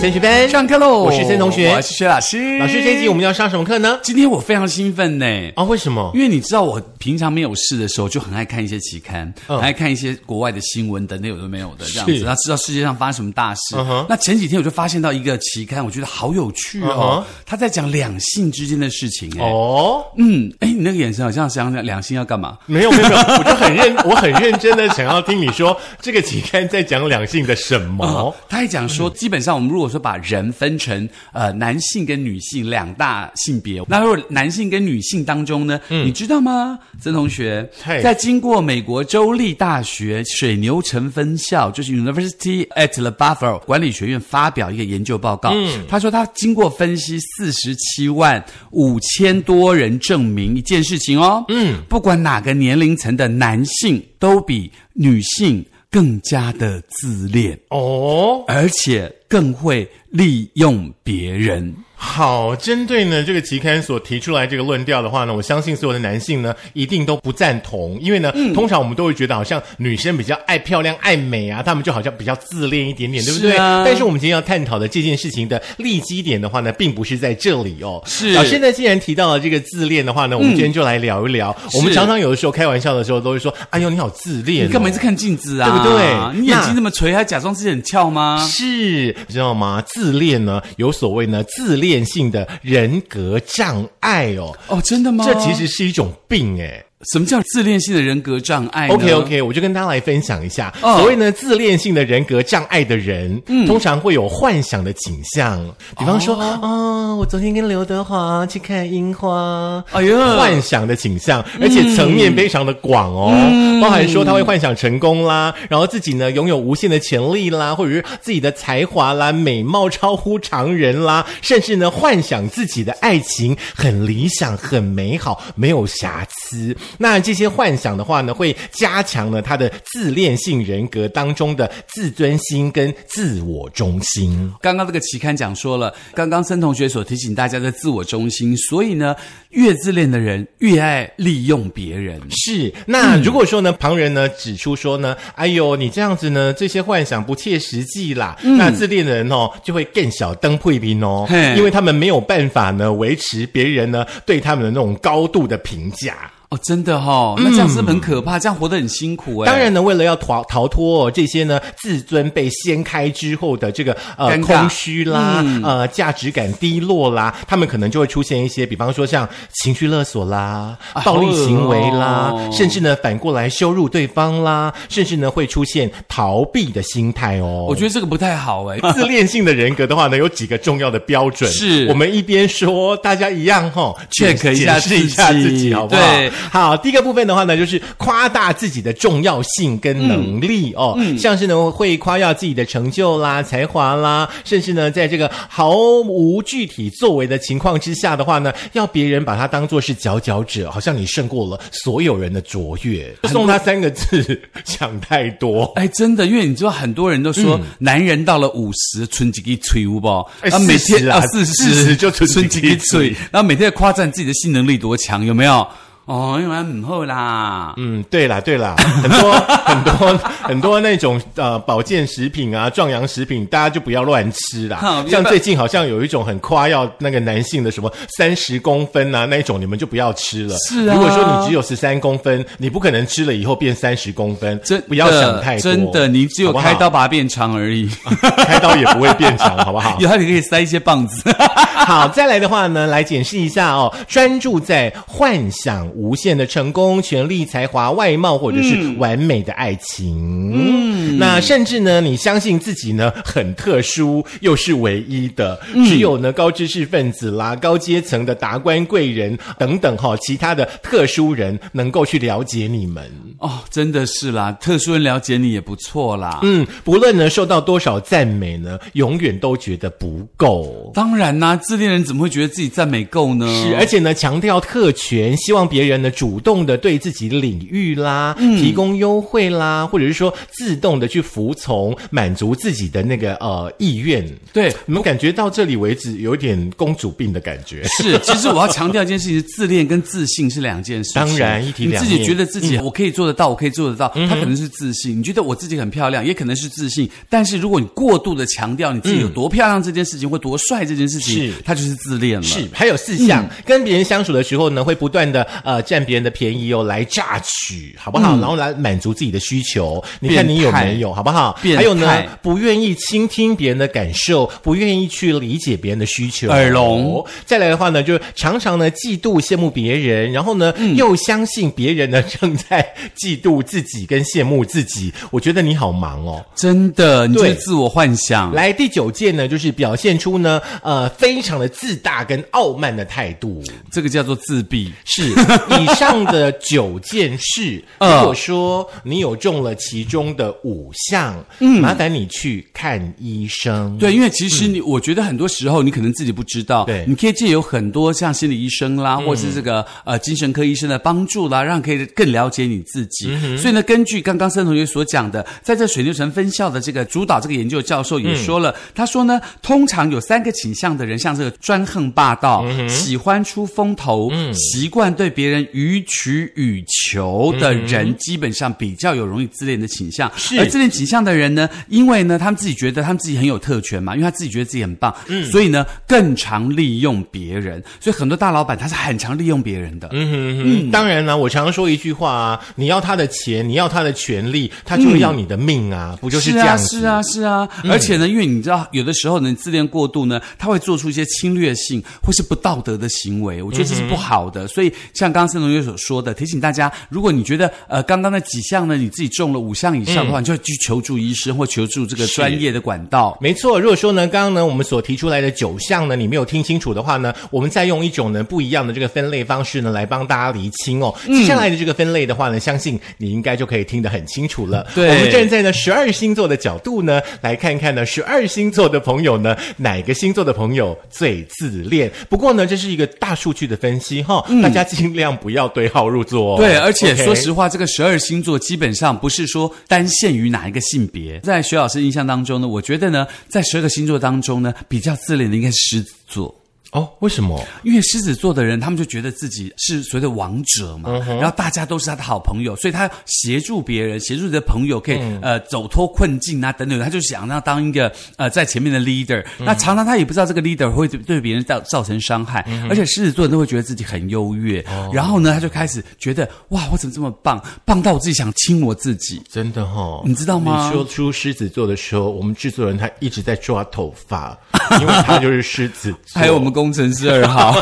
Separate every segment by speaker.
Speaker 1: 森学班
Speaker 2: 上课喽！
Speaker 1: 我是森同学
Speaker 2: 我是薛老师。
Speaker 1: 老师，这一集我们要上什么课呢？
Speaker 2: 今天我非常兴奋呢，
Speaker 1: 啊，为什么
Speaker 2: 因？为你知道我平常没有事的时候就很爱看一些期刊，
Speaker 1: 嗯
Speaker 2: 很爱看一些国外的新闻等等有的没有的这样
Speaker 1: 是
Speaker 2: 子，那知道世界上发生什么大事
Speaker 1: 嗯哼。
Speaker 2: 那前几天我就发现到一个期刊，我觉得好有趣
Speaker 1: 嗯
Speaker 2: 哦
Speaker 1: 哼，
Speaker 2: 他在讲两性之间的事情。哎，
Speaker 1: 哦，
Speaker 2: 嗯，哎，你那个眼神好像想想两性要干嘛？
Speaker 1: 没有没有，没有我就很认，我很认真的想要听你说这个期刊在讲两性的什么
Speaker 2: 哦。， 他还讲说，基本上我们如果说把人分成呃男性跟女性两大性别，那如果男性跟女性当中呢，你知道吗，曾同学
Speaker 1: 嘿，
Speaker 2: 在经过美国州立大学水牛城分校，就是 University at the Buffalo 管理学院发表一个研究报告，他说他经过分析四十七万五千多人证明一件事情哦，嗯，不管哪个年龄层的男性都比女性。更加的自恋，
Speaker 1: 哦，
Speaker 2: 而且更会利用别人。
Speaker 1: 好，针对呢这个期刊所提出来这个论调的话呢，我相信所有的男性呢一定都不赞同，因为呢，
Speaker 2: 嗯
Speaker 1: 通常我们都会觉得好像女生比较爱漂亮、爱美啊，她们就好像比较自恋一点点，对不对？
Speaker 2: 是啊
Speaker 1: 但是我们今天要探讨的这件事情的立基点的话呢，并不是在这里哦。
Speaker 2: 是嗯
Speaker 1: 老师呢，既然提到了这个自恋的话呢，我们今天就来聊一聊。我们
Speaker 2: 是
Speaker 1: 常常有的时候开玩笑的时候都会说：“哎呦，你好自恋、哦！”
Speaker 2: 你干嘛一直看镜子啊？
Speaker 1: 对不对
Speaker 2: 你眼睛
Speaker 1: 那
Speaker 2: 那么垂，啊还假装自己很翘吗？
Speaker 1: 是，你知道吗？自恋呢，有所谓呢自恋性的人格障碍哦。
Speaker 2: 哦，真的吗？
Speaker 1: 这其实是一种病诶。
Speaker 2: 什么叫自恋性的人格障碍呢
Speaker 1: OK OK，我就跟大家来分享一下，
Speaker 2: 嗯
Speaker 1: 所谓呢自恋性的人格障碍的人，通常会有幻想的倾向，比方说啊、我昨天跟刘德华去看樱花，
Speaker 2: 哎呀
Speaker 1: 幻想的倾向，而且层面非常的广哦，包含说他会幻想成功啦，然后自己呢拥有无限的潜力啦，或者是自己的才华啦、美貌超乎常人啦，甚至呢幻想自己的爱情很理想、很美好，没有瑕疵。那这些幻想的话呢，会加强了他的自恋性人格当中的自尊心跟自我中心。
Speaker 2: 刚刚这个期刊讲说了，刚刚森同学所提醒大家的自我中心，所以呢，越自恋的人越爱利用别人。
Speaker 1: 是，那如果说呢，旁人呢指出说呢，哎呦，你这样子呢，这些幻想不切实际啦。那自恋的人哦，就会更小灯配冰哦
Speaker 2: 嘿，
Speaker 1: 因为他们没有办法呢维持别人呢对他们的那种高度的评价。
Speaker 2: 哦，真的哦，那这样是不是很可怕？这样活得很辛苦哎。
Speaker 1: 当然呢，为了要逃逃脱、哦、这些呢自尊被掀开之后的这个呃
Speaker 2: 尴尬嗯
Speaker 1: 空虚啦、呃价值感低落啦，他们可能就会出现一些，比方说像情绪勒索啦、
Speaker 2: 啊
Speaker 1: 暴力行为啦，
Speaker 2: 好恶哦
Speaker 1: 甚至呢反过来羞辱对方啦，甚至呢会出现逃避的心态哦。
Speaker 2: 我觉得这个不太好哎。
Speaker 1: 自恋性的人格的话呢，有几个重要的标准。
Speaker 2: 是
Speaker 1: 我们一边说，大家一样哈、哦、
Speaker 2: check
Speaker 1: 检
Speaker 2: 一下
Speaker 1: 检视一下
Speaker 2: 自己
Speaker 1: 自己，好不好
Speaker 2: 对？
Speaker 1: 好，第一个部分的话呢，就是夸大自己的重要性跟能力、哦，
Speaker 2: 嗯
Speaker 1: 像是呢会夸耀自己的成就啦、才华啦，甚至呢在这个毫无具体作为的情况之下的话呢，要别人把他当做是佼佼者，好像你胜过了所有人的卓越。送他三个字：想太多。
Speaker 2: 哎，真的，因为你知道，很多人都说、男人到了五十，存几个吹乌包，
Speaker 1: 嗯哎
Speaker 2: 然后每
Speaker 1: 40
Speaker 2: 天
Speaker 1: 啦
Speaker 2: 啊四
Speaker 1: 40就存
Speaker 2: 存
Speaker 1: 几
Speaker 2: 几
Speaker 1: 个
Speaker 2: 个
Speaker 1: 嘴
Speaker 2: 吹，然后每天在夸赞自己的性能力多强，有没有？哦，因为很厚啦，
Speaker 1: 嗯，对啦，对啦，很多很多很多那种呃保健食品啊、壮阳食品，大家就不要乱吃 啦
Speaker 2: 好。
Speaker 1: 像最近好像有一种很夸耀那个男性的什么三十公分啊那一种，你们就不要吃了。
Speaker 2: 是啊
Speaker 1: 如果说你只有十三公分，你不可能吃了以后变三十公分，
Speaker 2: 真
Speaker 1: 不要想太多。
Speaker 2: 真的，你只有
Speaker 1: 好不好
Speaker 2: 开刀把它变长而已，
Speaker 1: 开刀也不会变长，好不 好？
Speaker 2: 以后你可以塞一些棒子。
Speaker 1: 好，再来的话呢，来检视一下哦，专注在幻想无限的成功、权力、才华、外貌或者是完美的爱情。嗯，那甚至呢，你相信自己呢很特殊，又是唯一的，只有呢高知识分子啦、高阶层的达官贵人等等哈、其他的特殊人能够去了解你们。
Speaker 2: 哦，真的是啦，特殊人了解你也不错啦。
Speaker 1: 嗯，不论呢受到多少赞美呢，永远都觉得不够。
Speaker 2: 当然啦，自恋人怎么会觉得自己赞美够呢？
Speaker 1: 是，而且呢，强调特权，希望别人呢主动的对自己领域啦，提供优惠啦，或者是说自动的的去服从，满足自己的那个呃意愿。
Speaker 2: 对，
Speaker 1: 你们感觉到这里为止有点公主病的感觉。
Speaker 2: 是，其实我要强调一件事情：自恋跟自信是两件事情。
Speaker 1: 当然一体两面嗯
Speaker 2: 你自己觉得自己我可以做得到，我可以做得到，他可能是自信；你觉得我自己很漂亮，也可能是自信。但是如果你过度的强调你自己有多漂亮这件事情，或多帅这件事
Speaker 1: 嗯
Speaker 2: 情
Speaker 1: 是，
Speaker 2: 他就是嗯自恋了。
Speaker 1: 是，还有四项，跟别人相处的时候呢，会不断的呃占别人的便宜哦，来榨取，好不好？然后来满足自己的需求。你看你有没有，好不好？
Speaker 2: 嗯变态
Speaker 1: 还有呢，不愿意倾听别人的感受，不愿意去理解别人的需求，
Speaker 2: 耳聋。
Speaker 1: 再来的话呢，就是常常呢嫉妒、羡慕别人，然后呢、
Speaker 2: 嗯
Speaker 1: 又相信别人呢正在嫉妒自己跟羡慕自己。我觉得你好忙哦。
Speaker 2: 真的，你就
Speaker 1: 对
Speaker 2: 是自我幻想。
Speaker 1: 来第九届呢，就是表现出呢，呃，非常的自大跟傲慢的态度。
Speaker 2: 这个叫做自闭。
Speaker 1: 是以上的九件 事，如
Speaker 2: 嗯
Speaker 1: 果说你有中了其中的五项，麻烦你去看医生。
Speaker 2: 对，因为其实你，我觉得很多时候你可能自己不知道，
Speaker 1: 对
Speaker 2: 你可以借由很多像心理医生啦，或是这个呃精神科医生的帮助啦，让可以更了解你自己。所以呢，根据刚刚森同学所讲的，在这水牛城分校的这个主导这个研究的教授也说了，他说呢，通常有三个倾向的人，像这个专横霸道、喜欢出风头、习惯对别人予取予求的人，基本上比较有容易自恋的倾向。
Speaker 1: 是
Speaker 2: 而自恋倾向的人呢，因为呢，他们自己觉得他们自己很有特权嘛，因为他自己觉得自己很棒，
Speaker 1: 嗯
Speaker 2: 所以呢，更常利用别人。所以很多大老板他是很常利用别人的。
Speaker 1: 嗯，当然啦，我常说一句话啊，你要他的钱，你要他的权利，他就会要你的命啊，不嗯就是这样子？
Speaker 2: 是啊，是啊，是啊。而且呢，因为你知道，有的时候呢，你自恋过度呢，他会做出一些侵略性或是不道德的行为，我觉得这是不好
Speaker 1: 嗯
Speaker 2: 的。所以，像刚刚森同学所说的，提醒大家，如果你觉得呃刚刚那几项呢，你自己中了五项以上的话，你就要去求助医生或求助这个
Speaker 1: 嗯是
Speaker 2: 专业的管道。
Speaker 1: 没错，如果说呢，刚刚呢我们所提出来的九项呢，你没有听清楚的话呢，我们再用一种呢不一样的这个分类方式呢，来帮大家厘清哦。
Speaker 2: 嗯
Speaker 1: 接下来的这个分类的话呢，相信你应该就可以听得很清楚了。
Speaker 2: 对
Speaker 1: 我们站在呢十二星座的角度呢，来看看呢十二星座的朋友呢，哪个星座的朋友最自恋？不过呢，这是一个大数据的分析哈、大家尽量不要对号入座、哦。
Speaker 2: 嗯对，而且
Speaker 1: OK
Speaker 2: 说实话，这个十二星座基本上不是说单限于哪一个性别。在徐老师印象当中呢，我觉得呢，在十二个星座当中呢，比较自恋的应该是狮子座。
Speaker 1: 哦，为什么？
Speaker 2: 因为狮子座的人，他们就觉得自己是所谓的王者嘛，
Speaker 1: 嗯
Speaker 2: 然后大家都是他的好朋友，所以他协助别人，协助你的朋友可以、
Speaker 1: 嗯
Speaker 2: 呃走脱困境啊等等，他就想要当一个呃在前面的 leader、那
Speaker 1: 嗯
Speaker 2: 常常他也不知道这个 leader 会对对别人造造成伤害，
Speaker 1: 嗯
Speaker 2: 而且狮子座人都会觉得自己很优越，
Speaker 1: 哦
Speaker 2: 然后呢他就开始觉得哇我怎么这么棒，棒到我自己想亲我自己。
Speaker 1: 真的哦，
Speaker 2: 你知道吗
Speaker 1: 你说出狮子座的时候，我们制作人他一直在抓头 发，因为他就是狮子座。
Speaker 2: 还有我们工程师 二号，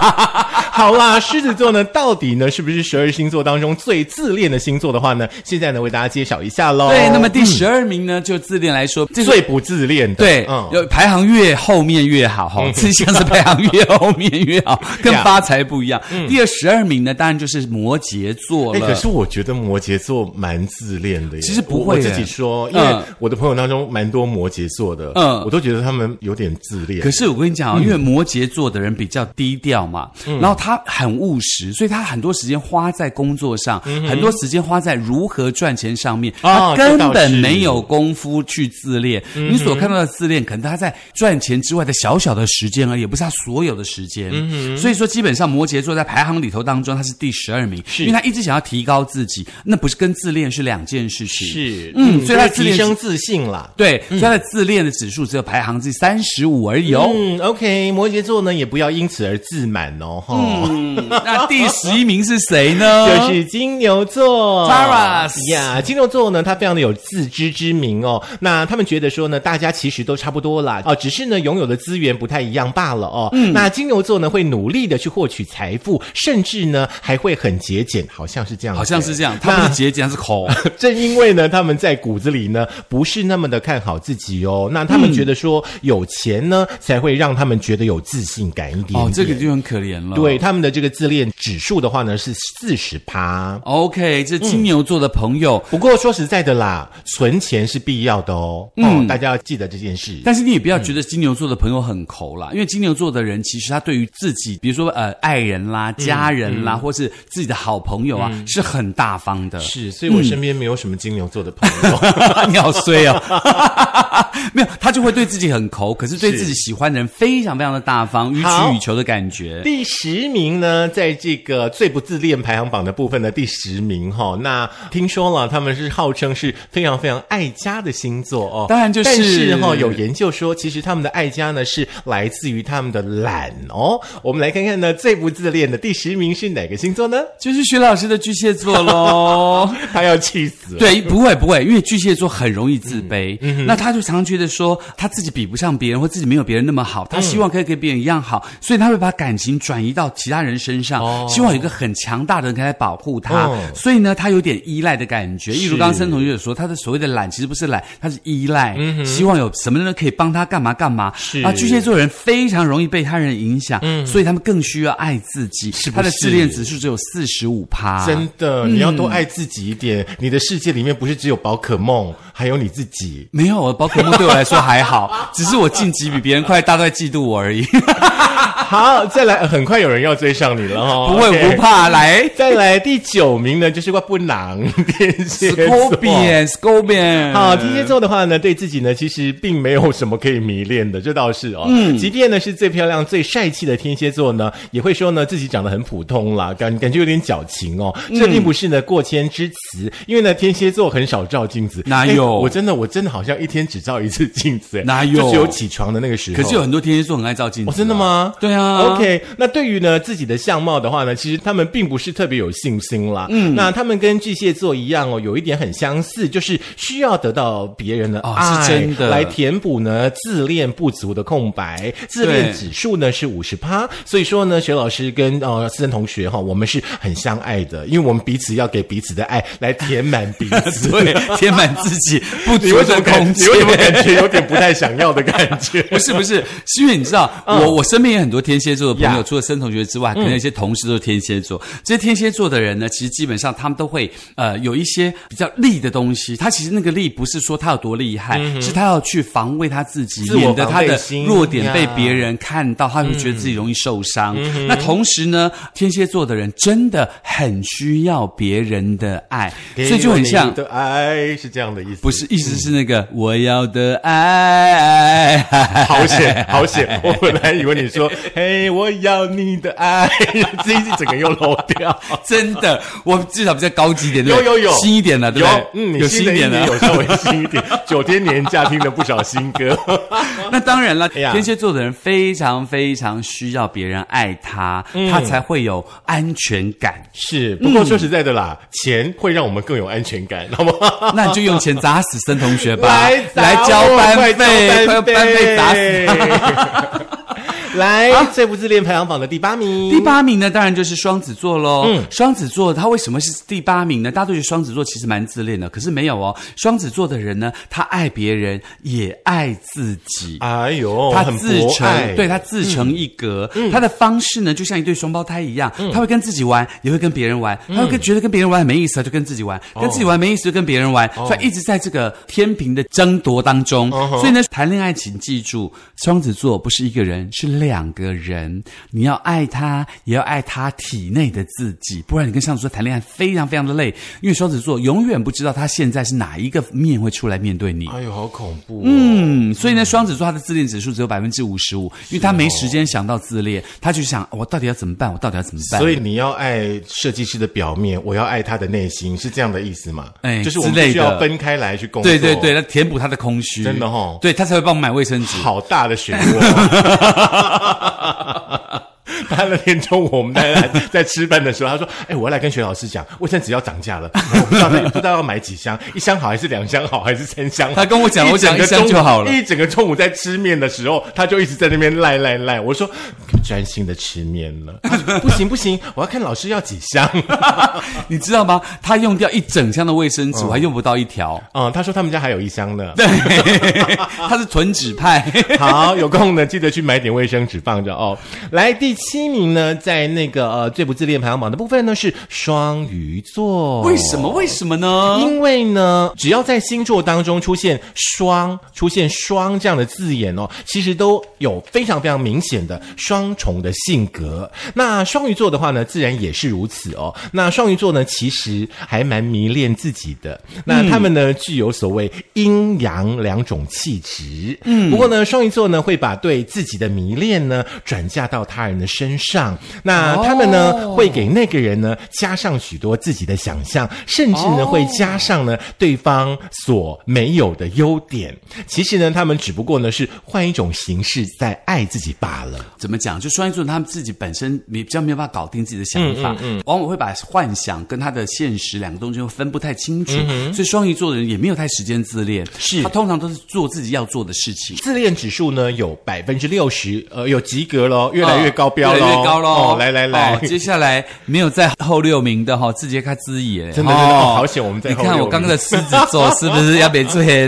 Speaker 1: 好啦，狮子座呢，到底呢是不是十二星座当中最自恋的星座的话呢？现在呢为大家揭晓一下喽。
Speaker 2: 对，那么第十二名呢，就自恋来说，这个
Speaker 1: 最不自恋的，
Speaker 2: 对，
Speaker 1: 嗯。
Speaker 2: 有排行越后面越好哈，这项是排行越后面越好，跟
Speaker 1: 呀嗯
Speaker 2: 发财不一样。第二十二名呢，当然就是摩羯座
Speaker 1: 哎，可
Speaker 2: 了。
Speaker 1: 是我觉得摩羯座蛮自恋的耶。
Speaker 2: 其实不
Speaker 1: 我
Speaker 2: 会
Speaker 1: 我
Speaker 2: 耶
Speaker 1: 自己说，因为
Speaker 2: 嗯
Speaker 1: 我的朋友当中蛮多摩羯座的，
Speaker 2: 嗯
Speaker 1: 我都觉得他们有点嗯自恋。
Speaker 2: 可是我跟你讲啊，因为摩羯座的人比较低调嘛，
Speaker 1: 嗯
Speaker 2: 然后他很务实，所以他很多时间花在工作上，
Speaker 1: 嗯
Speaker 2: 很多时间花在如何赚钱上面，
Speaker 1: 哦
Speaker 2: 他根
Speaker 1: 这倒
Speaker 2: 本
Speaker 1: 是
Speaker 2: 没有功夫去自恋。
Speaker 1: 嗯
Speaker 2: 你所看到的自恋，可能他在赚钱之外的小小的时间而已，也不是他所有的时间。
Speaker 1: 嗯
Speaker 2: 所以说，基本上摩羯座在排行里头当中，他是第十二名，因为他一直想要提高自己，那不是跟自恋是两件事情。
Speaker 1: 是，
Speaker 2: 嗯所以他
Speaker 1: 就是
Speaker 2: 自恋
Speaker 1: 提
Speaker 2: 是
Speaker 1: 升自信啦。
Speaker 2: 对，所以他的自恋的指数只有排行第三十五而已哦。
Speaker 1: 嗯，OK，摩羯座呢也不要因此而自满哦，哈、
Speaker 2: 嗯，那第十一名是谁呢？
Speaker 1: 就是金牛座
Speaker 2: Taurus
Speaker 1: 呀金牛座呢，他非常的有自知之明哦。那他们觉得说呢，大家其实都差不多啦，哦，只是呢拥有的资源不太一样罢了哦。
Speaker 2: 嗯
Speaker 1: 那金牛座呢，会努力的去获取财富，甚至呢还会很节俭，好像是这样，
Speaker 2: 好像是这样，
Speaker 1: 那
Speaker 2: 他不是节俭，他是抠。
Speaker 1: 正因为呢，他们在骨子里呢不是那么的看好自己哦，那他们觉得说有钱呢才会让他们觉得有自信感一点点
Speaker 2: 哦哦，这个就很可怜了。
Speaker 1: 对他们的这个自恋指数的话呢是四十趴。
Speaker 2: OK，这金牛座的朋友，
Speaker 1: 不过说实在的啦，存钱是必要的哦。
Speaker 2: 嗯
Speaker 1: 哦，大家要记得这件事。
Speaker 2: 但是你也不要觉得金牛座的朋友很抠啦，因为金牛座的人其实他对于自己，比如说呃爱人啦、家人
Speaker 1: 嗯
Speaker 2: 啦，或是自己的好朋友啊，是很大方的。
Speaker 1: 是，所以我身边没有什么金牛座的朋友。
Speaker 2: 嗯你好衰哦！ 没有，他就会对自己很抠，可是对自己喜欢的人非常非常的大方，予
Speaker 1: 好
Speaker 2: 取予求的感觉。
Speaker 1: 第十名呢，在这个最不自恋排行榜的部分的第十名哈、那听说了，他们是号称是非常非常爱家的星座哦。
Speaker 2: 当然就是
Speaker 1: 但是哈、有研究说，其实他们的爱家呢是来自于他们的懒哦。我们来看看呢，最不自恋的第十名是哪个星座呢？
Speaker 2: 就是徐老师的巨蟹座喽。
Speaker 1: 他要气死了。
Speaker 2: 对，不会不会，因为巨蟹座很容易
Speaker 1: 嗯
Speaker 2: 自卑，那他就常常觉得说他自己比不上别人，或自己没有别人那么好，他
Speaker 1: 嗯
Speaker 2: 希望可以跟别人一样好，所以他会把感情转移到其他人身上，
Speaker 1: 哦
Speaker 2: 希望有一个很强大的人可以来保护他，
Speaker 1: 哦
Speaker 2: 所以呢，他有点依赖的感觉。例
Speaker 1: 是
Speaker 2: 如刚刚森同学有说，他的所谓的懒其实不是懒，他是依赖，希望有什么人可以帮他干嘛干嘛。
Speaker 1: 嗯是嗯
Speaker 2: 啊，巨蟹座人非常容易被他人影响，所以他们更需要爱自己，
Speaker 1: 是不
Speaker 2: 他的
Speaker 1: 是
Speaker 2: 自恋指数只有四十五趴，
Speaker 1: 真的，
Speaker 2: 嗯
Speaker 1: 你要多爱自己一点。你的世界里面不是只有宝可梦，还有你自己。
Speaker 2: 没有，宝可梦对我来说 还好，只是我晋级比别人快，大家在嫉妒我而已。
Speaker 1: 好，再来，呃很快有人要追上你了哦。
Speaker 2: 啊不会，我
Speaker 1: OK
Speaker 2: 不怕。来
Speaker 1: 再来第九名呢，就是个不囊天蝎座。
Speaker 2: ，Scorpion，Scorpion，
Speaker 1: 好，天蝎座的话呢，对自己呢其实并没有什么可以迷恋的，这倒是哦。嗯，即便呢是最漂亮、最帅气的天蝎座呢，也会说呢自己长得很普通啦，感感觉有点矫情哦。
Speaker 2: 嗯
Speaker 1: 这并不是呢过谦之词，因为呢天蝎座很少照镜子，
Speaker 2: 哪
Speaker 1: 哎
Speaker 2: 有
Speaker 1: 我真的，我真的好像一天只照一次镜子，哎
Speaker 2: 哪有
Speaker 1: 就只有起床的那个时候。
Speaker 2: 可是有很多天蝎座很爱照镜子、
Speaker 1: 哦，真的？吗？
Speaker 2: 对啊
Speaker 1: OK，那对于呢自己的相貌的话呢，其实他们并不是特别有信心啦。嗯，那他们跟巨蟹座一样哦，有一点很相似，就是需要得到别人的
Speaker 2: 哦
Speaker 1: 爱，
Speaker 2: 是真的
Speaker 1: 来填补呢自恋不足的空白。自恋
Speaker 2: 对
Speaker 1: 指数呢是五十趴，所以说呢，学老师跟呃思森同学哈、我们是很相爱的，因为我们彼此要给彼此的爱来填满彼此。
Speaker 2: 对，填满自己不
Speaker 1: 你
Speaker 2: 足
Speaker 1: 为什么
Speaker 2: 的
Speaker 1: 感？
Speaker 2: 空
Speaker 1: 你
Speaker 2: 间。
Speaker 1: 为什么感觉有点不太想要的感觉？
Speaker 2: 不是不是，是因为你知道，
Speaker 1: 嗯
Speaker 2: 我我身边也很多天蝎座的朋友
Speaker 1: 呀
Speaker 2: 除了森同学之外，
Speaker 1: 嗯
Speaker 2: 可能有一些同事都是天蝎座。这些天蝎座的人呢，其实基本上他们都会呃有一些比较利的东西。他其实那个利不是说他有多厉害，是他要去防卫他自己，
Speaker 1: 嗯自我
Speaker 2: 免得他
Speaker 1: 防
Speaker 2: 的
Speaker 1: 卫心
Speaker 2: 弱点被
Speaker 1: 呀
Speaker 2: 别人看到，他会觉得自己容易受伤。
Speaker 1: 嗯
Speaker 2: 那同时呢，天蝎座的人真的很需要别人的爱， 所以就很像
Speaker 1: 给我你的爱是这样的意思，
Speaker 2: 不是，意思是那个、我要的爱，
Speaker 1: 好险，好险！我本来以为你说“嘿，我要你的爱”， 这一句整个又漏掉。
Speaker 2: 真的，我至少比较高级一点，对
Speaker 1: 有
Speaker 2: 不对
Speaker 1: 有有，
Speaker 2: 新一点啊了，对
Speaker 1: 有
Speaker 2: 不对？
Speaker 1: 嗯，
Speaker 2: 有
Speaker 1: 新
Speaker 2: 新
Speaker 1: 的一
Speaker 2: 点
Speaker 1: 年
Speaker 2: 了。
Speaker 1: 有稍微新 一点。九天年假听了不少新歌，
Speaker 2: 那当然了，
Speaker 1: 哎呀
Speaker 2: 天蝎座的人非常非常需要别人爱他，
Speaker 1: 嗯
Speaker 2: 他才会有安全 感。
Speaker 1: 是。不过
Speaker 2: 嗯
Speaker 1: 说实在的啦，钱会让我们更有安全感，好吗？
Speaker 2: 那你就用钱砸死森同学吧，
Speaker 1: 来
Speaker 2: 来
Speaker 1: 砸
Speaker 2: 交
Speaker 1: 我
Speaker 2: 班
Speaker 1: 快
Speaker 2: 费，快
Speaker 1: 交
Speaker 2: 用班费砸死。啊
Speaker 1: 费 来，最不自恋排行榜的第八名，
Speaker 2: 第八名呢，当然就是双子座喽。
Speaker 1: 嗯
Speaker 2: 双子座他为什么是第八名呢？大家都觉得双子座其实蛮自恋的，可是没有哦。双子座的人呢，他爱别人也爱自己。
Speaker 1: 哎呦，
Speaker 2: 他
Speaker 1: 很哎
Speaker 2: 自
Speaker 1: 博爱
Speaker 2: 成，对他自成一格。他的方式呢，就像一对双胞胎一样，他会跟自己玩，也会跟别人玩。他会跟觉得跟别人玩很没意思，他就跟自己玩；跟自己玩没意思，就跟别人玩。所以一直在这个天平的争夺当中。所以呢，谈恋爱请记住，双子座不是一个人，是两个人。你要爱他，也要爱他体内的自己，不然你跟双子座谈恋爱非常非常的累，因为双子座永远不知道他现在是哪一个面会出来面对你。
Speaker 1: 哎呦，好恐怖、哦。
Speaker 2: 嗯，所以呢，双子座他的自恋指数只有百分之五十五，
Speaker 1: 哦
Speaker 2: 因为他没时间想到自恋，他就想我到底要怎么办？我到底要怎么办？
Speaker 1: 所
Speaker 2: 以，
Speaker 1: 以你要爱设计师的表面，我要爱他的内心，是这样的意思吗？
Speaker 2: 哎
Speaker 1: 就是我们
Speaker 2: 之类
Speaker 1: 必须要
Speaker 2: 的
Speaker 1: 分开来去工作。
Speaker 2: 对对对，，来填补他的空虚，
Speaker 1: 真的哦
Speaker 2: 对他才会帮我买卫生 纸。
Speaker 1: 好大的漩涡。 他那天中午我们在在吃饭的时候，他说：“哎、我要来跟学老师讲，卫生纸要涨价了，我不知道不知道要买几箱，一箱好还是两箱好还是三箱好？”
Speaker 2: 他跟我讲我讲
Speaker 1: 整个
Speaker 2: 一箱
Speaker 1: 中午
Speaker 2: 就好了
Speaker 1: 一整个中午在吃面的时候，他就一直在那边赖赖赖。我说：“专心的吃面 了。”他说不行不行，我要看老师要几箱。
Speaker 2: 你知道吗？他用掉一整箱的卫生纸，我还用不到一 条。
Speaker 1: 嗯，他说他们家还有一箱呢。
Speaker 2: 对，他是囤纸派。
Speaker 1: 好，有空呢记得去买点卫生纸放着哦。来，第七七名呢，在那个呃最不自恋排行榜的部分呢是双鱼座。
Speaker 2: 为什么？为什么呢？
Speaker 1: 因为呢，只要在星座当中出现“双”、出现“双”这样的字眼哦，其实都有非常非常明显的双重的性格。那双鱼座的话呢，自然也是如此哦。那双鱼座呢，其实还蛮迷恋自己的。那他们呢，具有所谓阴阳两种气质。嗯，不过呢，双鱼座呢，会把对自己的迷恋呢，转嫁到他人的身上。那他们呢，
Speaker 2: 哦
Speaker 1: 会给那个人呢，加上许多自己的想象，甚至呢，
Speaker 2: 哦
Speaker 1: 会加上呢对方所没有的优点。其实呢，他们只不过呢是换一种形式在爱自己罢了。
Speaker 2: 怎么讲？就双鱼座他们自己本身比较没有办法搞定自己的想法，
Speaker 1: 嗯
Speaker 2: 往往会把幻想跟他的现实两个东西又分不太清楚，所以双鱼座的人也没有太时间自恋，
Speaker 1: 嗯是
Speaker 2: 他通常都是做自己要做的事情。
Speaker 1: 自恋指数呢有百分之六十，呃，有及格喽，越来越高标喽，
Speaker 2: 哦越来越高喽、
Speaker 1: 哦来来来，
Speaker 2: 哦接下来没有在后六名的哈、自己看自己耶，
Speaker 1: 真的真的哦好险我们在
Speaker 2: 你
Speaker 1: 后六
Speaker 2: 看
Speaker 1: 名
Speaker 2: 我刚刚的狮子座是不是要被追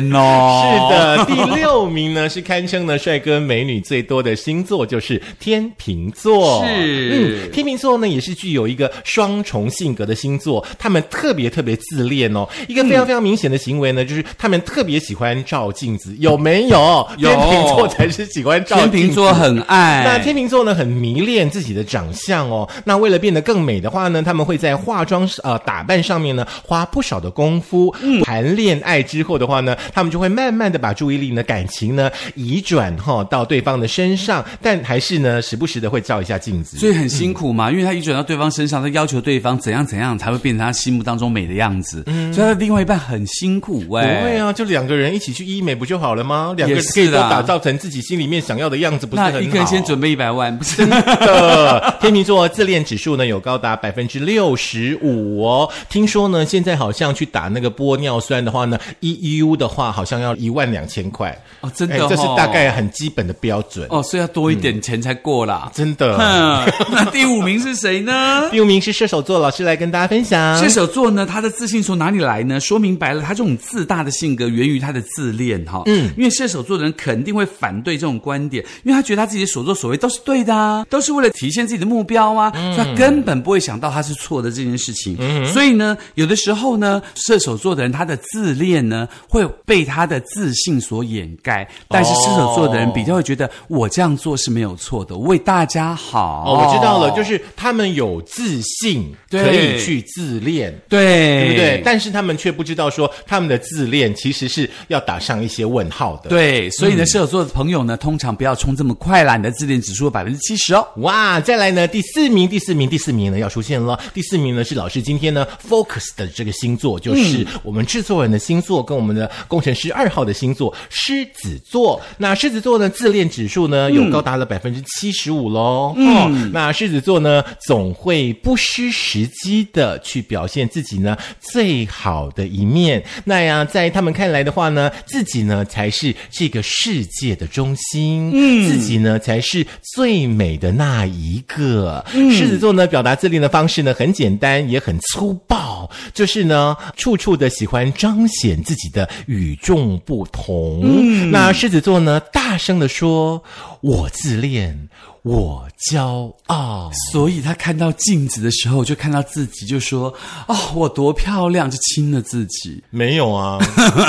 Speaker 2: 哦？
Speaker 1: 是的，第六名呢是堪称呢帅哥美女最多的星座，就是天秤座。
Speaker 2: 是
Speaker 1: 嗯，天秤座呢也是具有一个双重性格的星座，他们特别特别自恋哦。一个非常非常明显的行为呢，就是他们特别喜欢照镜子，有没有？
Speaker 2: 嗯有
Speaker 1: 天秤座才是喜欢照镜
Speaker 2: 天
Speaker 1: 子。
Speaker 2: 秤座很爱，
Speaker 1: 那天秤座呢，很迷恋自己的长相哦。那为了变得更美的话呢，他们会在化妆呃打扮上面呢花不少的功夫。
Speaker 2: 嗯
Speaker 1: 谈恋爱之后的话呢，他们就会慢慢的把注意力呢感情呢移转哈、到对方的身上，但还是呢时不时的会照一下镜子。
Speaker 2: 所以很辛苦嘛，因为他一转到对方身上，他要求对方怎样怎样才会变成他心目当中美的样子，所以他的另外一半很辛苦哎、
Speaker 1: 嗯不会啊，就两个人一起去医美不就好了吗？两个人
Speaker 2: 也
Speaker 1: 可以
Speaker 2: 是
Speaker 1: 都
Speaker 2: 啦
Speaker 1: 打造成自己心里面想要的样子，不是很好？
Speaker 2: 那一个人先准备一百万，不是？
Speaker 1: 的。天秤座自恋指数呢有高达百分之六十五哦。听说呢，现在好像去打那个玻尿酸的话呢，一 U 的话好像要一万两千块
Speaker 2: 哦真的
Speaker 1: 哎这是
Speaker 2: 哦
Speaker 1: 大概很基本的标准，
Speaker 2: 哦，所以要多一点钱才过啦。
Speaker 1: 真的。
Speaker 2: 哼，那第五名是谁呢？
Speaker 1: 第五名是射手座，老师来跟大家分享。
Speaker 2: 射手座呢，他的自信从哪里来呢？说明白了，他这种自大的性格源于他的自恋哈。嗯，因为射手座的人肯定会反对这种观点，因为他觉得他自己的所作所为都是对的
Speaker 1: 嗯
Speaker 2: 啊，都是为了体现自己的目标啊，所以他根本不会想到他是错的这件事情。
Speaker 1: 嗯
Speaker 2: 所以呢，有的时候呢，射手座的人他的自恋呢会被他的自信所掩盖，但是射手座的人比较会觉得我这样做是没有错的，我为大家好。
Speaker 1: 哦，我知道了，就是他们有自信，
Speaker 2: 对哎
Speaker 1: 可以去自恋。
Speaker 2: 对，
Speaker 1: 对不对？但是他们却不知道说，他们的自恋其实是要打上一些问号的。嗯
Speaker 2: 对，所以呢，射手座的朋友呢，通常不要冲这么快啦，你的自恋指数百分之七十哦。
Speaker 1: 哇，再来呢，第四名，第四名，第四名呢要出现了。第四名呢是老师今天呢 focus 的这个星座，就是我们制作人的星座跟我们的工程师二号的星座狮子座。那狮子座呢自恋指数呢有高达了百分之七十五喽。哦，那狮子座呢总会不失时机的去表现自己呢最好的一面。那呀，在他们看来的话呢，自己呢才是这个世界的中心，嗯，自己呢才是最美的那一个。狮子座呢，表达自恋的方式呢很简单，也很粗暴，就是呢处处的喜欢彰显自己的与众不同。嗯，那狮子座呢，大声的说：“我自恋，我骄傲。”
Speaker 2: 所以他看到镜子的时候，就看到自己，就说：“哦，我多漂亮！”就亲了自己。
Speaker 1: 没有啊，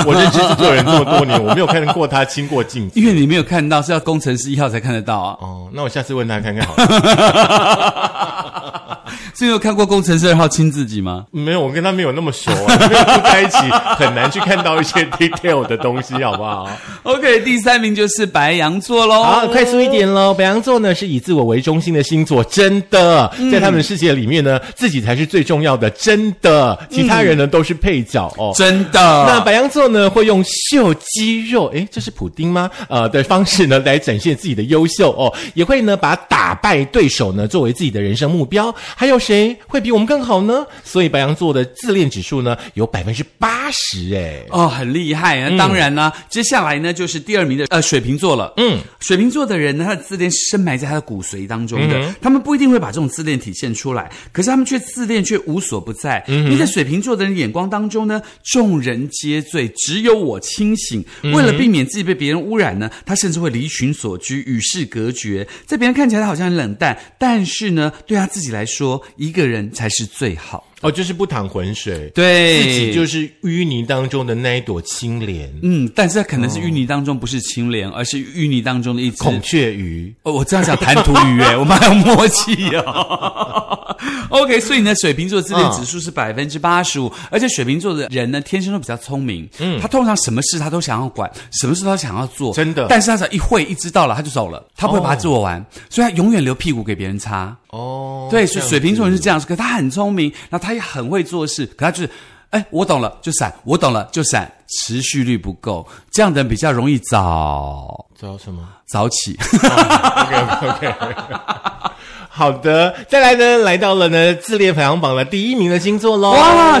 Speaker 1: 我认识狮子座人这么多年，我没有看过他亲过镜子。
Speaker 2: 因为你没有看到，是要工程师一号才看得到啊。
Speaker 1: 哦，那我下次问他看看好了。
Speaker 2: 所以你有看过工程师二号亲自己吗？
Speaker 1: 没有，我跟他没有那么熟啊， 没有住在一起，很难去看到一些 detail 的东西，好不好？
Speaker 2: OK，第三名就是白羊座喽。
Speaker 1: 好，快速一点喽！白羊座呢是以自我为中心的星座，真的，在他们的世界里面呢，自己才是最重要的，真的，其他人呢都是配角哦。
Speaker 2: 真的。
Speaker 1: 那白羊座呢，会用秀肌肉，诶，这是普丁吗？呃的方式呢，来展现自己的优秀哦，也会呢把打败对手呢作为自己的人生目标，还有谁会比我们更好呢？所以白羊座的自恋指数呢有百分之八十，哎，
Speaker 2: 哦，很厉害啊！当然呢，接下来呢就是第二名的呃水瓶座了。嗯，水瓶座的人呢，他的自恋是深埋在他的骨髓当中的，他们不一定会把这种自恋体现出来，可是他们却自恋却无所不在。因为在水瓶座的人眼光当中呢，众人皆醉，只有我清醒。为了避免自己被别人污染呢，他甚至会离群索居，与世隔绝，在别人看起来好像很冷淡，但是呢，对他自己来说，一个人才是最好。
Speaker 1: 哦，就是不淌浑水，
Speaker 2: 对
Speaker 1: 自己就是淤泥当中的那一朵青莲，
Speaker 2: 嗯，但是可能是淤
Speaker 1: 哦
Speaker 2: 泥当中不是青莲，而是淤泥当中的一只
Speaker 1: 孔雀鱼。
Speaker 2: 哦，我这样讲谈吐语 哎，我们还有默契哦。OK，所以呢，水瓶座自
Speaker 1: 嗯
Speaker 2: 恋指数是百分之八十五，而且水瓶座的人呢，天生都比较聪明，嗯，他通常什么事他都想要管，什么事都想要做，
Speaker 1: 真的
Speaker 2: 但是他只要一会一知道了，他就走了，他不会把它做完，所以他永远留屁股给别人擦。
Speaker 1: 哦，
Speaker 2: 对，
Speaker 1: 这
Speaker 2: 所以
Speaker 1: 样
Speaker 2: 水瓶座人是这样，可他很聪明，然后他也很会做事，可他就是，哎，我懂了就闪，我懂了就闪，持续率不够，这样的人比较容易早
Speaker 1: 找什么
Speaker 2: 早起。
Speaker 1: ？OK OK。好的，再来呢，来到了呢自恋排行榜的第一名的星座喽。
Speaker 2: 哇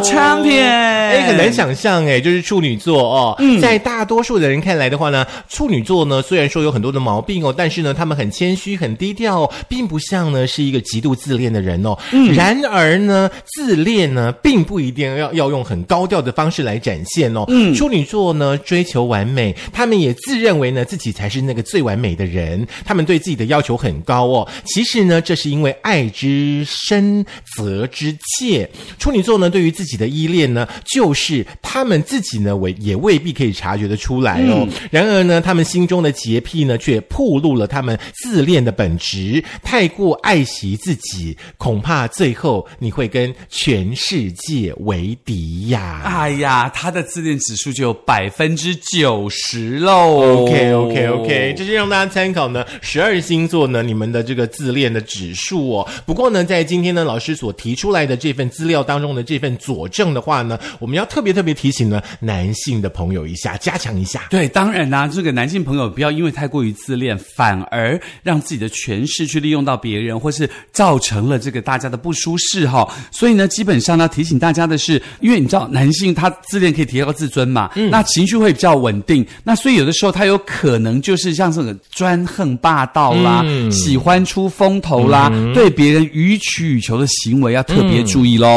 Speaker 1: 哦
Speaker 2: ，champion
Speaker 1: 哎，很难想象哎，就是处女座哦。在大多数的人看来的话呢，处女座呢虽然说有很多的毛病哦，但是呢，他们很谦虚、很低调、哦，并不像呢是一个极度自恋的人哦。然而呢，自恋呢并不一定要要用很高调的方式来展现哦。处女座呢追求完美，他们也自认为呢自己才是那个最完美的人，他们对自己的要求很高哦。其实呢，这是因为爱之深责之切。处女座呢，对于自己的依恋呢，就是他们自己呢，未也未必可以察觉得出来哦。然而呢，他们心中的洁癖呢，却暴露了他们自恋的本质。太过爱惜自己，恐怕最后你会跟全世界为敌呀。
Speaker 2: 哎呀，他的自恋指数就有百分之九十喽。
Speaker 1: OK OK
Speaker 2: 哦
Speaker 1: OK，这是让大家参考呢。十二星座呢，你们的这个自恋的指数哦。不过呢，在今天呢，老师所提出来的这份资料当中的这份佐证的话呢，我们要特别特别提醒呢男性的朋友一下，加强一下。
Speaker 2: 对，当然啦、这个男性朋友不要因为太过于自恋，反而让自己的权势去利用到别人，或是造成了这个大家的不舒适哈、所以呢，基本上呢，提醒大家的是，因为你知道男性他自恋可以提高自尊嘛，那情绪会比较稳定，那所以有的时候他有可能就是像这种专横霸道啦，喜欢出风头啦，对别人予取予求的行为要啊特别注意喽。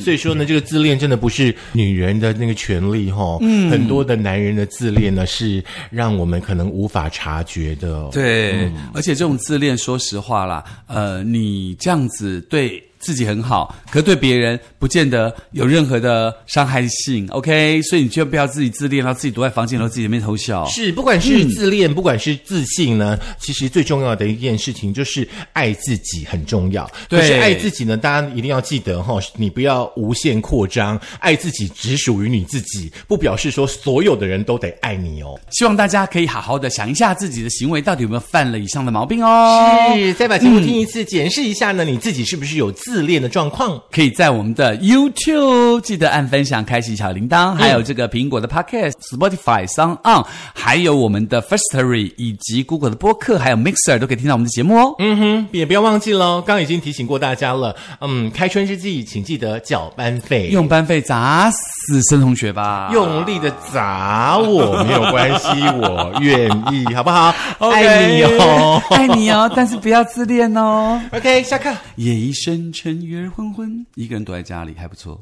Speaker 1: 所以说呢，这个自恋真的不是女人的那个权利哦。嗯，很多的男人的自恋呢，是让我们可能无法察觉的、哦。
Speaker 2: 对，而且这种自恋，说实话啦，呃，你这样子对自己很好，可对别人不见得有任何的伤害性。OK，所以你千万不要自己自恋，然后自己躲在房间，然后自己在那边偷笑。
Speaker 1: 是，不管是自恋，不管是自信呢，其实最重要的一件事情就是爱自己很重要。
Speaker 2: 对
Speaker 1: 可是爱自己呢，大家一定要记得哈、你不要无限扩张，爱自己只属于你自己，不表示说所有的人都得爱你哦。
Speaker 2: 希望大家可以好好的想一下自己的行为到底有没有犯了以上的毛病哦。
Speaker 1: 是，再把节目听一次，检视一下呢，你自己是不是有自恋的状况？
Speaker 2: 可以在我们的 YouTube 记得按分享、开启小铃
Speaker 1: 嗯
Speaker 2: 铛，还有这个苹果的 Podcast、Spotify、s o n On，还有我们的 Firstory 以及 Google 的播客，还有 Mixer 都可以听到我们的节目哦。
Speaker 1: 嗯哼，也不要忘记喽，刚刚已经提醒过大家了。嗯，开春之际，请记得缴班费。
Speaker 2: 用班费砸死申同学吧！
Speaker 1: 用力的砸我没有关系，我愿意，好不好
Speaker 2: OK
Speaker 1: 爱你哦。
Speaker 2: 爱你哦，但是不要自恋哦。
Speaker 1: OK，下课。
Speaker 2: 夜已深沉，月儿昏昏，一个人躲在家里还不错。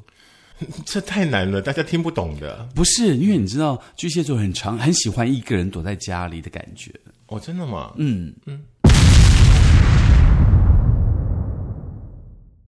Speaker 1: 这太难了，大家听不懂的。
Speaker 2: 不是，因为你知道巨蟹座很常很喜欢一个人躲在家里的感觉。
Speaker 1: 哦，真的吗？
Speaker 2: 嗯
Speaker 1: 嗯，